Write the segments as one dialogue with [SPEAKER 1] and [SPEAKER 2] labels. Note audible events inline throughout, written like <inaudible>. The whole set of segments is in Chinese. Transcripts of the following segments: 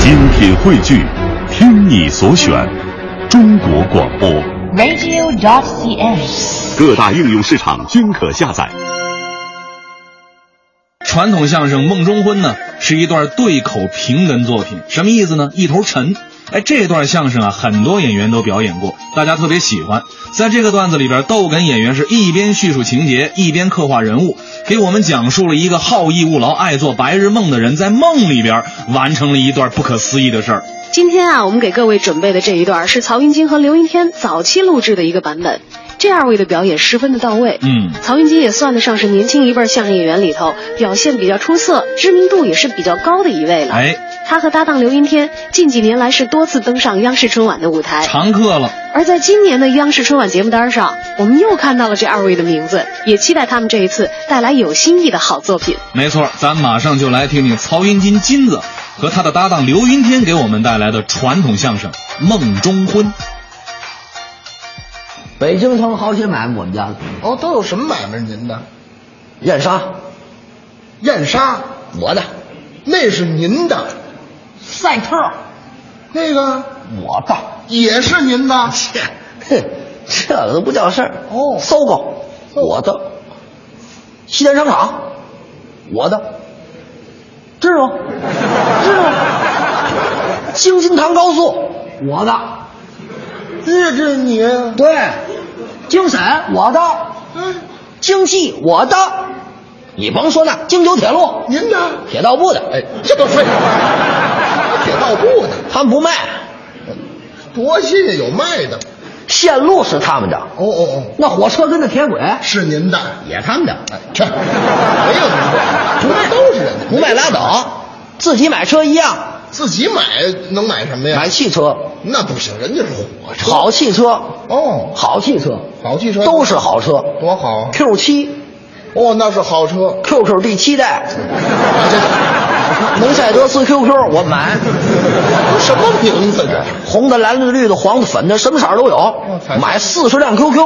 [SPEAKER 1] 精品汇聚，听你所选，中国广播。
[SPEAKER 2] radio.cn，
[SPEAKER 1] 各大应用市场均可下载。
[SPEAKER 3] 传统相声《梦中婚》呢，是一段对口评哏作品，什么意思呢？一头沉。哎，这段相声啊，很多演员都表演过，大家特别喜欢。在这个段子里边，逗哏演员是一边叙述情节，一边刻画人物，给我们讲述了一个好逸恶劳、爱做白日梦的人，在梦里边完成了一段不可思议的事儿。
[SPEAKER 4] 今天啊，我们给各位准备的这一段是曹云金和刘云天早期录制的一个版本。这二位的表演十分的到位，
[SPEAKER 3] 嗯
[SPEAKER 4] 曹云金也算得上是年轻一辈儿相声演员里头表现比较出色、知名度也是比较高的一位了。
[SPEAKER 3] 哎，
[SPEAKER 4] 他和搭档刘云天近几年来是多次登上央视春晚的舞台，
[SPEAKER 3] 常客了。
[SPEAKER 4] 而在今年的央视春晚节目单上，我们又看到了这二位的名字，也期待他们这一次带来有新意的好作品。
[SPEAKER 3] 没错，咱马上就来听听曹云金金子和他的搭档刘云天给我们带来的传统相声《梦中婚》。
[SPEAKER 5] 北京城好些买卖，我们家
[SPEAKER 6] 哦，都有什么买卖？您的
[SPEAKER 5] 燕莎，
[SPEAKER 6] 燕莎，
[SPEAKER 5] 我的，
[SPEAKER 6] 那是您的；
[SPEAKER 5] 赛特，
[SPEAKER 6] 那个
[SPEAKER 5] 我的，
[SPEAKER 6] 也是您的。
[SPEAKER 5] 切，哼，这个都不叫事儿
[SPEAKER 6] 哦
[SPEAKER 5] 搜狗，我的，西单商场，我的，知道吗？ <laughs> 知道吗？京津唐高速，我的，
[SPEAKER 6] 这是你，啊
[SPEAKER 5] 对，京沈，我的，
[SPEAKER 6] 嗯，
[SPEAKER 5] 京汽，我的，你甭说那京九铁路，
[SPEAKER 6] 您的，
[SPEAKER 5] 铁道部的，哎，
[SPEAKER 6] 这不废话，铁道部的
[SPEAKER 5] 他们不卖，
[SPEAKER 6] 多新鲜，有卖的。
[SPEAKER 5] 线路是他们的。
[SPEAKER 6] 哦哦
[SPEAKER 5] 那火车跟着铁轨
[SPEAKER 6] 哦，是您的，
[SPEAKER 5] 也他们的，
[SPEAKER 6] 哎，这没有您的，不卖都是人的，
[SPEAKER 5] 不卖拉倒，自己买车一样，
[SPEAKER 6] 自己买能买什么呀？
[SPEAKER 5] 买汽车，
[SPEAKER 6] 那不行，人家是火车。
[SPEAKER 5] 好汽车，
[SPEAKER 6] 哦，
[SPEAKER 5] 好汽车，
[SPEAKER 6] 好汽车
[SPEAKER 5] 都是好车
[SPEAKER 6] 多好啊！
[SPEAKER 5] ，Q 七、
[SPEAKER 6] 哦，那是好车。 <laughs>
[SPEAKER 5] QQ 第七代，
[SPEAKER 6] 啊
[SPEAKER 5] 梅赛德斯 QQ 我买，
[SPEAKER 6] 这什么名字这？
[SPEAKER 5] 红的、蓝的、绿的、黄的、粉的，什么色儿都有
[SPEAKER 6] 才，
[SPEAKER 5] 买四十辆 QQ，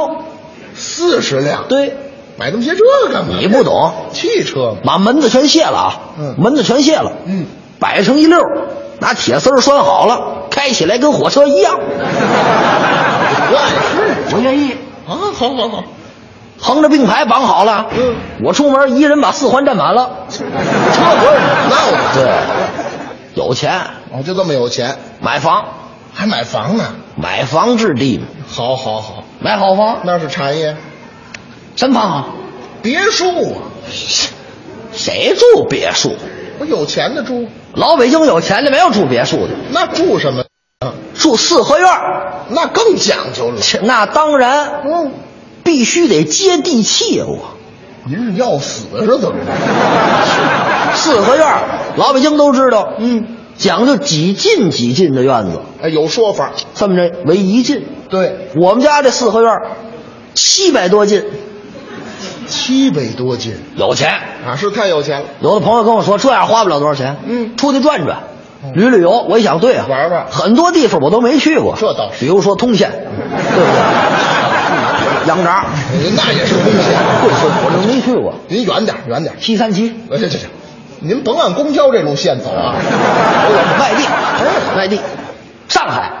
[SPEAKER 6] 四十辆。
[SPEAKER 5] 对，
[SPEAKER 6] 买那么些这个干嘛？
[SPEAKER 5] 你不懂，
[SPEAKER 6] 汽车嘛。
[SPEAKER 5] 把门子全卸了啊，
[SPEAKER 6] 嗯
[SPEAKER 5] 门子全卸了，
[SPEAKER 6] 嗯，
[SPEAKER 5] 摆成一溜儿，拿铁丝儿拴好了，开起来跟火车一样，
[SPEAKER 6] 乱世
[SPEAKER 5] 我愿意。
[SPEAKER 6] 哎啊！好好好，
[SPEAKER 5] 横着并排绑好了。
[SPEAKER 6] 嗯，
[SPEAKER 5] 我出门一人把四环占满
[SPEAKER 6] <laughs>
[SPEAKER 5] 了。车不是闹的。对，有钱
[SPEAKER 6] 我哦就这么有钱，
[SPEAKER 5] 买房，
[SPEAKER 6] 还买房呢。
[SPEAKER 5] 买房置地，
[SPEAKER 6] 好好好，
[SPEAKER 5] 买好房，
[SPEAKER 6] 那是产业，
[SPEAKER 5] 什么房啊？
[SPEAKER 6] 别墅啊，
[SPEAKER 5] 谁住别墅？
[SPEAKER 6] 我有钱的住，
[SPEAKER 5] 老北京有钱的没有住别墅的，
[SPEAKER 6] 那住什么？
[SPEAKER 5] 住四合院儿
[SPEAKER 6] 那更讲究了。
[SPEAKER 5] 切那当然，
[SPEAKER 6] 嗯，
[SPEAKER 5] 必须得接地气啊！我
[SPEAKER 6] 您是要死是怎么着？
[SPEAKER 5] 四合院儿，老北京都知道，
[SPEAKER 6] 嗯，
[SPEAKER 5] 讲究几进几进的院子，
[SPEAKER 6] 哎，有说法。
[SPEAKER 5] 这么着为一进。
[SPEAKER 6] 对，
[SPEAKER 5] 我们家这四合院儿，七百多进，
[SPEAKER 6] 七百多斤
[SPEAKER 5] 有钱。
[SPEAKER 6] 啊，是太有钱了。
[SPEAKER 5] 有的朋友跟我说，这样花不了多少钱。
[SPEAKER 6] 嗯
[SPEAKER 5] 出去转转
[SPEAKER 6] 嗯，
[SPEAKER 5] 旅旅游。我一想，对啊，
[SPEAKER 6] 玩玩
[SPEAKER 5] 很多地方我都没去过。
[SPEAKER 6] 这倒是嗯
[SPEAKER 5] 比如说通县，对不对？羊闸，
[SPEAKER 6] 哎 <laughs> 那也是风险。啊
[SPEAKER 5] 贵村，我都没去过。
[SPEAKER 6] 您远点儿，远点儿。
[SPEAKER 5] 西三旗，
[SPEAKER 6] 哎，这这这，您甭按公交这路线走啊。
[SPEAKER 5] 外地，外地，上海，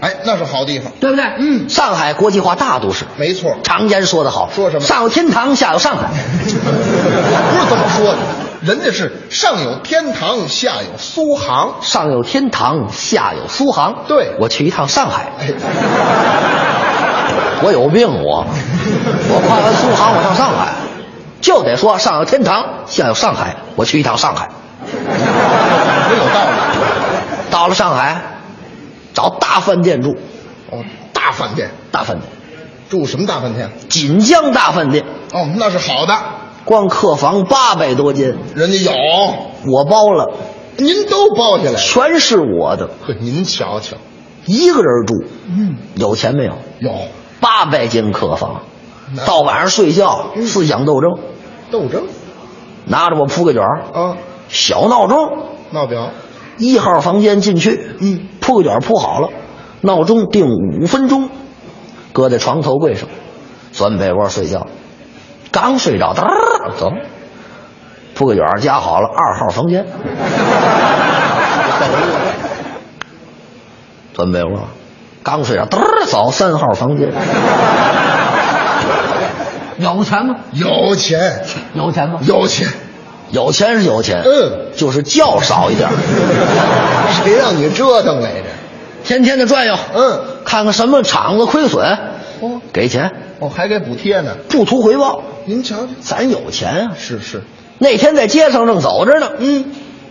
[SPEAKER 6] 哎，那是好地方， <laughs>
[SPEAKER 5] 对不对？嗯，上海国际化大都市。
[SPEAKER 6] 没错。
[SPEAKER 5] 常言说得好，
[SPEAKER 6] 说什么
[SPEAKER 5] 上有天堂，下有上海。
[SPEAKER 6] 不是这么说的，人家是上有天堂，下有苏杭。 <laughs>
[SPEAKER 5] 上有天堂，下有苏杭。
[SPEAKER 6] 对
[SPEAKER 5] 我去一趟上海，
[SPEAKER 6] 哎，
[SPEAKER 5] <laughs> 我有病我，我跨完苏杭，我上上海，就得说上有天堂，下有上海，我去一趟上海。
[SPEAKER 6] 这有道理。
[SPEAKER 5] 到了上海，找大饭店住，
[SPEAKER 6] 哦，大饭店
[SPEAKER 5] 大饭店，
[SPEAKER 6] 住什么大饭店？
[SPEAKER 5] 锦江大饭店，
[SPEAKER 6] 哦，那是好的，
[SPEAKER 5] 光客房八百多间，
[SPEAKER 6] 人家有，
[SPEAKER 5] 我包了，
[SPEAKER 6] 您都包下来了。
[SPEAKER 5] 全是我的，
[SPEAKER 6] 呵，您瞧瞧，
[SPEAKER 5] 一个人住，
[SPEAKER 6] 嗯，
[SPEAKER 5] 有钱没有？
[SPEAKER 6] 有
[SPEAKER 5] 八百间客房，
[SPEAKER 6] 那
[SPEAKER 5] 到晚上睡觉，思想斗争，
[SPEAKER 6] 斗争
[SPEAKER 5] 拿着我铺盖卷儿
[SPEAKER 6] 啊，
[SPEAKER 5] 小闹钟，
[SPEAKER 6] 闹表，
[SPEAKER 5] 一号房间进去，嗯，铺个卷儿铺好了，闹钟定五分钟，搁在床头柜上，钻被窝睡觉。刚睡着，哒走，铺个卷儿夹好了，二号房间，钻被窝，刚睡着，嘚儿走三号房间。有钱吗？
[SPEAKER 6] 有钱，
[SPEAKER 5] 有钱吗？
[SPEAKER 6] 有钱，
[SPEAKER 5] 有钱是有钱，
[SPEAKER 6] 嗯
[SPEAKER 5] 就是觉少一点儿，
[SPEAKER 6] <laughs> 谁让你折腾来着？
[SPEAKER 5] 天天的转悠，
[SPEAKER 6] 嗯，
[SPEAKER 5] 看看什么厂子亏损，
[SPEAKER 6] 哦
[SPEAKER 5] 给钱，
[SPEAKER 6] 哦，还给补贴呢。
[SPEAKER 5] 不图回报。
[SPEAKER 6] 您瞧瞧，
[SPEAKER 5] 咱有钱啊！
[SPEAKER 6] <laughs> 是是，
[SPEAKER 5] 那天在街上正走着呢，嗯，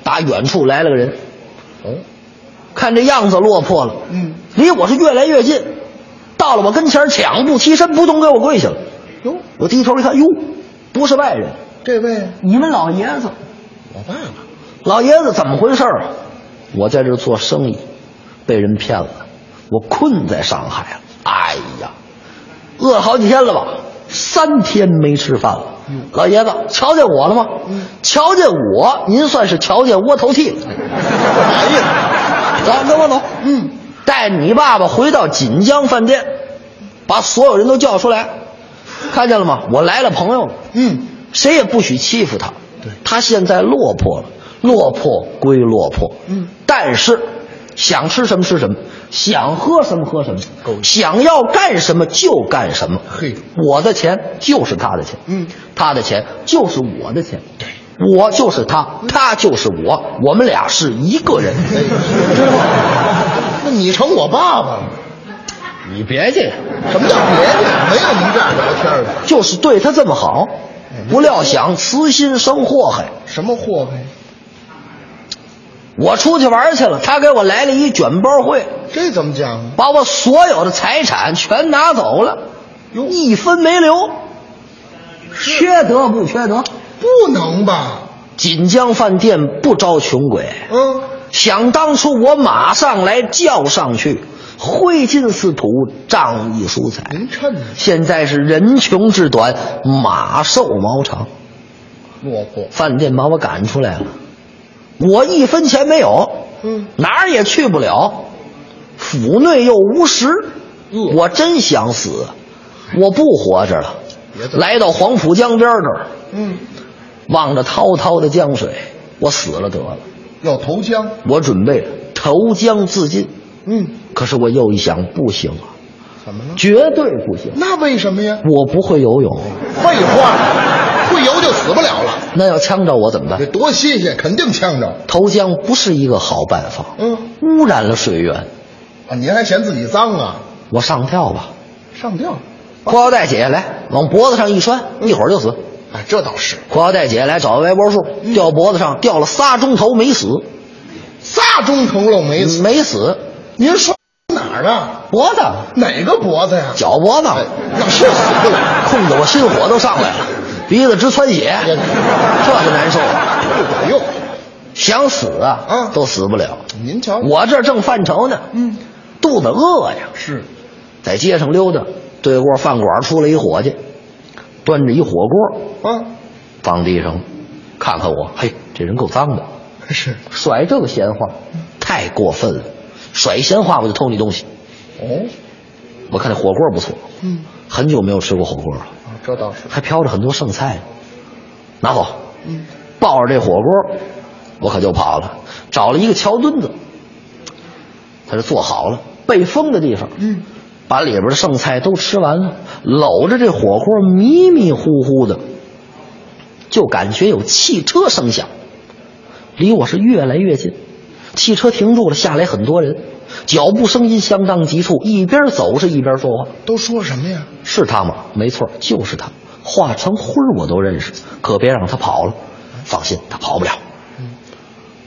[SPEAKER 5] 打远处来了个人，
[SPEAKER 6] 哦，
[SPEAKER 5] 看这样子落魄了，
[SPEAKER 6] 嗯，
[SPEAKER 5] 离我是越来越近，到了我跟前儿抢步欺身不动，给我跪下了。
[SPEAKER 6] 哟，
[SPEAKER 5] 我低头一看，哟，不是外人，
[SPEAKER 6] 这位
[SPEAKER 5] 你们老爷子，
[SPEAKER 6] 我爸爸，
[SPEAKER 5] 老爷子怎么回事儿啊？我在这儿做生意，被人骗了，我困在上海了。哎呀，饿了好几天了吧？三天没吃饭了。老爷子，瞧见我了吗？瞧见我，您算是瞧见窝头剃了。
[SPEAKER 6] 满意了。
[SPEAKER 5] 走，跟我走。嗯，带着你爸爸回到锦江饭店，把所有人都叫出来，看见了吗？我来了朋友了。
[SPEAKER 6] 嗯，
[SPEAKER 5] 谁也不许欺负他。
[SPEAKER 6] 对
[SPEAKER 5] 他现在落魄了，落魄归落魄。
[SPEAKER 6] 嗯，
[SPEAKER 5] 但是想吃什么吃什么，想喝什么喝什么
[SPEAKER 6] 够，了
[SPEAKER 5] 想要干什么就干什么。
[SPEAKER 6] 嘿
[SPEAKER 5] 我的钱就是他的钱，
[SPEAKER 6] 嗯，
[SPEAKER 5] 他的钱就是我的钱，对，我就是他，他就是我，我们俩是一个人。
[SPEAKER 6] 嗯哎，知道吗？ <laughs> 那你成我爸爸了？
[SPEAKER 5] 你别介，
[SPEAKER 6] 什么叫别介？没有您这样聊天的。
[SPEAKER 5] 就是对他这么好，
[SPEAKER 6] 哎
[SPEAKER 5] 不料想慈心生祸害。
[SPEAKER 6] 什么祸呗？
[SPEAKER 5] 我出去玩去了，他给我来了一卷包会，
[SPEAKER 6] 这怎么讲啊？
[SPEAKER 5] 把我所有的财产全拿走了，一分没留，缺德不缺德？
[SPEAKER 6] 不能吧？
[SPEAKER 5] 锦江饭店不招穷鬼，
[SPEAKER 6] 嗯，
[SPEAKER 5] 想当初我马上来叫上去，挥金似土，仗义疏财。
[SPEAKER 6] 您趁着
[SPEAKER 5] 现在是人穷志短，马瘦毛长，
[SPEAKER 6] 落魄。
[SPEAKER 5] 饭店把我赶出来了，我一分钱没有，
[SPEAKER 6] 嗯，
[SPEAKER 5] 哪儿也去不了，府内又无食，我真想死，我不活着了
[SPEAKER 6] 别。走
[SPEAKER 5] 来到黄浦江边这儿，
[SPEAKER 6] 嗯，
[SPEAKER 5] 望着滔滔的江水，我死了得了，
[SPEAKER 6] 要投江。
[SPEAKER 5] 我准备投江自尽。
[SPEAKER 6] 嗯，
[SPEAKER 5] 可是我又一想，不行啊，
[SPEAKER 6] 怎么了？
[SPEAKER 5] 绝对不行，
[SPEAKER 6] 那为什么呀？
[SPEAKER 5] 我不会游泳，
[SPEAKER 6] 废话，会游就死不了 <laughs> 了。
[SPEAKER 5] 那要呛着我怎么
[SPEAKER 6] 这
[SPEAKER 5] 办？
[SPEAKER 6] 多新鲜，肯定呛着。
[SPEAKER 5] 投江不是一个好办法，
[SPEAKER 6] 嗯，
[SPEAKER 5] 污染了水源，
[SPEAKER 6] 啊，您还嫌自己脏啊？
[SPEAKER 5] 我上吊吧，
[SPEAKER 6] 上吊。
[SPEAKER 5] 裤腰带解下来，往脖子上一拴，一会儿就死。
[SPEAKER 6] 哎，这倒是。
[SPEAKER 5] 裤腰带解下来，找个歪脖树
[SPEAKER 6] 嗯
[SPEAKER 5] 吊脖子上，吊了仨钟头没死，
[SPEAKER 6] 仨钟头了没死，
[SPEAKER 5] 没死，
[SPEAKER 6] 您说哪儿啊？
[SPEAKER 5] 脖子、
[SPEAKER 6] 哪个脖子呀？
[SPEAKER 5] 脚脖子，
[SPEAKER 6] 哎那是死不了。
[SPEAKER 5] 控得我心火都上来了，鼻子直窜血，这就难受了。
[SPEAKER 6] 哎不管用。
[SPEAKER 5] 想死啊，
[SPEAKER 6] 嗯
[SPEAKER 5] 都死不了。
[SPEAKER 6] 您瞧，
[SPEAKER 5] 我这正犯愁呢，嗯，肚子饿呀，
[SPEAKER 6] 是
[SPEAKER 5] 在街上溜达，对过饭馆出来一伙计，端着一火锅 <laughs>
[SPEAKER 6] 啊，
[SPEAKER 5] 放地上，看看我，嘿，这人够脏的，
[SPEAKER 6] 是
[SPEAKER 5] 甩这个闲话，太过分了，甩闲话我就偷你东西。
[SPEAKER 6] 哦，
[SPEAKER 5] 我看这火锅不错，
[SPEAKER 6] 嗯，
[SPEAKER 5] 很久没有吃过火锅了，
[SPEAKER 6] 啊，这倒是。
[SPEAKER 5] 还飘着很多剩菜呢，拿走，嗯，抱着这火锅，我可就跑了，找了一个桥墩子，他这做好了背风的地方，嗯，把里边的剩菜都吃完了，搂着这火锅迷迷糊糊的，就感觉有汽车声响，离我是越来越近。汽车停住了，下来很多人，脚步声音相当急促，一边走是一边说话。
[SPEAKER 6] 都说什么呀？
[SPEAKER 5] 是他吗？没错，就是他。化成灰儿我都认识，可别让他跑了。放心，他跑不了。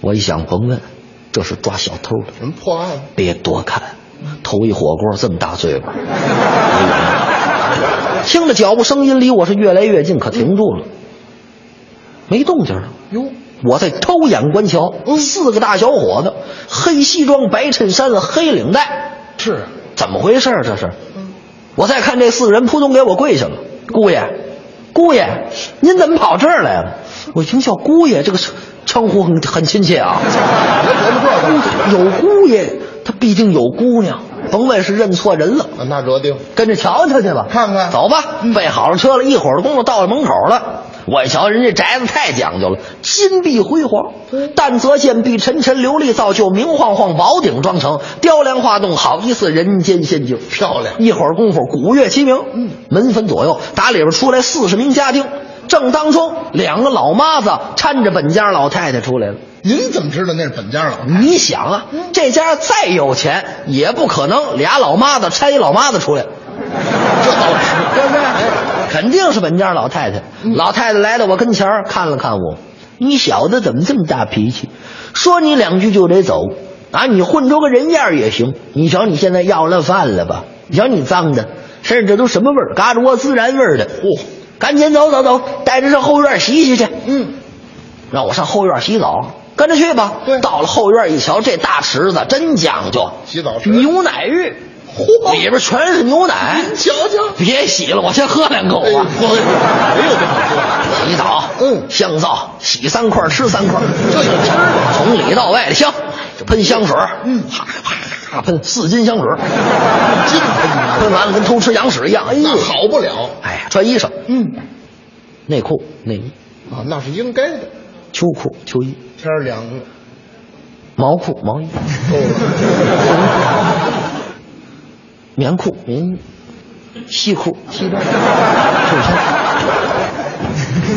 [SPEAKER 5] 我一想，甭问，这是抓小偷的，
[SPEAKER 6] 什么破案？
[SPEAKER 5] 别多看。头一火锅这么大罪过，听着脚步声音离我是越来越近，可停住了，没动静了。
[SPEAKER 6] 哟，
[SPEAKER 5] 我在偷眼观瞧，四个大小伙子，黑西装、白衬衫、黑领带，
[SPEAKER 6] 是啊
[SPEAKER 5] 怎么回事儿？这是？我再看这四个人，扑通给我跪下了。姑爷，姑爷，您怎么跑这儿来了？我一听叫姑爷，这个称称呼很很亲切啊。
[SPEAKER 6] 别琢磨这个
[SPEAKER 5] 有姑爷，他必定有姑娘，甭问是认错人了。
[SPEAKER 6] 啊，那这定
[SPEAKER 5] 跟着瞧瞧去吧，
[SPEAKER 6] 看看
[SPEAKER 5] 走吧，备好了车了，一会儿的功夫到了门口了，我一瞧，人家宅子太讲究了，金碧辉煌，淡泽见碧，沉沉琉璃造就，明晃晃宝鼎装成，雕梁画栋，好一似人间仙境。
[SPEAKER 6] 漂亮
[SPEAKER 5] 一会儿功夫，鼓乐齐鸣，嗯，门分左右，打里边出来四十名家丁，正当中两个老妈子搀着本家老太太出来了。
[SPEAKER 6] 您怎么知道那是本家老太？
[SPEAKER 5] 你想啊，这家再有钱，也不可能俩老妈子搀一老妈子出 <laughs> 来。
[SPEAKER 6] 这倒是，
[SPEAKER 5] 对不嗯对？哎肯定是本家老太太。老太太来到我跟前儿看了看我，你小子怎么这么大脾气？说你两句就得走啊！你混出个人样儿也行。你瞧你现在要了饭了吧？你瞧你脏的，身上这都什么味儿？嘎吱窝孜然味儿的。嚯、赶紧走走走，带着上后院洗洗去。
[SPEAKER 6] 嗯，
[SPEAKER 5] 让我上后院洗澡，跟着去吧。
[SPEAKER 6] 对
[SPEAKER 5] 到了后院一瞧，这大池子真讲究，
[SPEAKER 6] 洗澡池
[SPEAKER 5] 牛奶浴，嚯，里边全是牛奶。
[SPEAKER 6] 您瞧瞧，
[SPEAKER 5] 别洗了，我先喝两口
[SPEAKER 6] 哎呦，
[SPEAKER 5] 吧。
[SPEAKER 6] 朋友没有这么说，
[SPEAKER 5] 洗澡，
[SPEAKER 6] 嗯
[SPEAKER 5] 香皂，洗三块儿吃三块儿，
[SPEAKER 6] 这有啊吃的
[SPEAKER 5] 从里到外的香，就喷香水，嗯，啪啪啪喷四斤香水，
[SPEAKER 6] 金盆
[SPEAKER 5] 喷完了跟偷吃羊屎一样，哎呦
[SPEAKER 6] 那，好不了
[SPEAKER 5] 哎呀，穿衣裳，
[SPEAKER 6] 嗯，
[SPEAKER 5] 内裤、内衣、
[SPEAKER 6] 啊，那是应该的，
[SPEAKER 5] 秋裤、秋衣、
[SPEAKER 6] 天儿凉了，
[SPEAKER 5] 毛裤、毛衣、
[SPEAKER 6] 够
[SPEAKER 5] 棉裤、棉衣、西裤、西装、衬衫，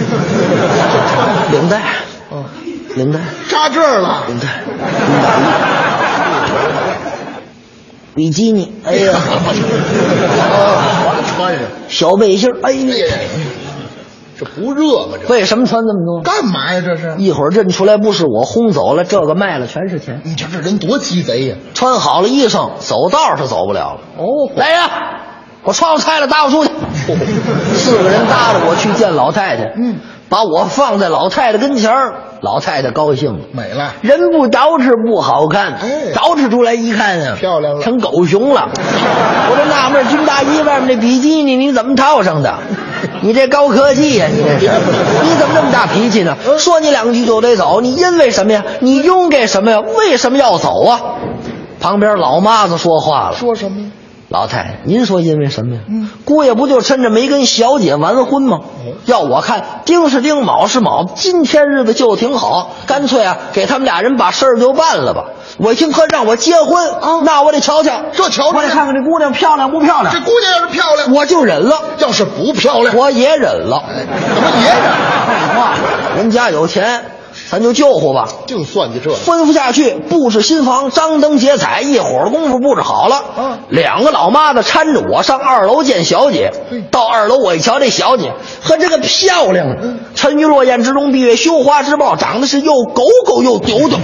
[SPEAKER 5] <laughs> 领带，
[SPEAKER 6] 了啊，
[SPEAKER 5] 领带。
[SPEAKER 6] 扎这儿了，
[SPEAKER 5] 领带，领带比基尼，哎呀，
[SPEAKER 6] 啊，穿上，
[SPEAKER 5] <laughs> 小背心儿，哎
[SPEAKER 6] 哎呀
[SPEAKER 5] 呀，
[SPEAKER 6] 这不热吗？这
[SPEAKER 5] 为什么穿这么多？
[SPEAKER 6] 干嘛呀？这是，
[SPEAKER 5] 一会儿认出来不是我，轰走了，这个卖了全是钱。
[SPEAKER 6] 你瞧这人多鸡贼呀！
[SPEAKER 5] 穿好了衣裳，走道儿是走不了了。
[SPEAKER 6] 哦
[SPEAKER 5] 来人，我窗户拆了，搭我出去。 <laughs> 四个人搭着我去见老太太，嗯，把我放在老太太跟前儿，老太太高兴了。
[SPEAKER 6] 美了，
[SPEAKER 5] 人不捯饬不好看，
[SPEAKER 6] 哎
[SPEAKER 5] 捯饬出来一看啊，
[SPEAKER 6] 漂亮了
[SPEAKER 5] 成狗熊了。我这纳闷，军大衣外面这比基尼你怎么套上 <laughs> 的？你这高科技呀、你这 <laughs> 是？你怎么这么大脾气呢？说你两句就得走，你因为什么呀？你因给什么呀？为什么要走啊？旁边老妈子说话了，
[SPEAKER 6] 说什么呀？
[SPEAKER 5] 老太太，您说因为什么呀？姑爷不就趁着没跟小姐完婚吗？要我看，丁是丁，卯是卯，今天日子就挺好，干脆啊，给他们俩人把事儿就办了吧。我一听他让我结婚，啊，那我得瞧瞧，
[SPEAKER 6] 这瞧瞧
[SPEAKER 5] 我得看看这姑娘漂亮不漂亮
[SPEAKER 6] 这，姑娘要是漂亮，
[SPEAKER 5] 我就忍了，
[SPEAKER 6] 要是不漂亮，
[SPEAKER 5] 我也忍了。
[SPEAKER 6] 怎么也
[SPEAKER 5] 哎
[SPEAKER 6] 忍？
[SPEAKER 5] 废 <laughs> 话，人家有钱，咱就救活吧。
[SPEAKER 6] 净算计这个，
[SPEAKER 5] 吩咐下去，布置新房，张灯结彩，一会儿功夫布置好了。
[SPEAKER 6] 嗯
[SPEAKER 5] 两个老妈子搀着我上二楼见小姐。到二楼我一瞧，这小姐和这个漂亮，沉鱼落雁之中，闭月羞花之貌，长得是又狗狗又丢丢，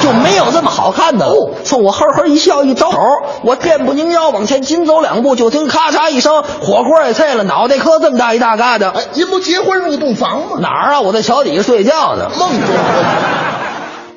[SPEAKER 5] 就没有这么好看的了。冲我呵呵一笑，一招手，我电不宁腰往前紧走两步，就听咔嚓一声，火锅也碎了，脑袋磕这么
[SPEAKER 6] 哎
[SPEAKER 5] 大一大疙瘩。
[SPEAKER 6] 哎，您不结婚入洞房吗？
[SPEAKER 5] 哪儿啊？我在桥底下睡觉呢。
[SPEAKER 6] 梦中婚，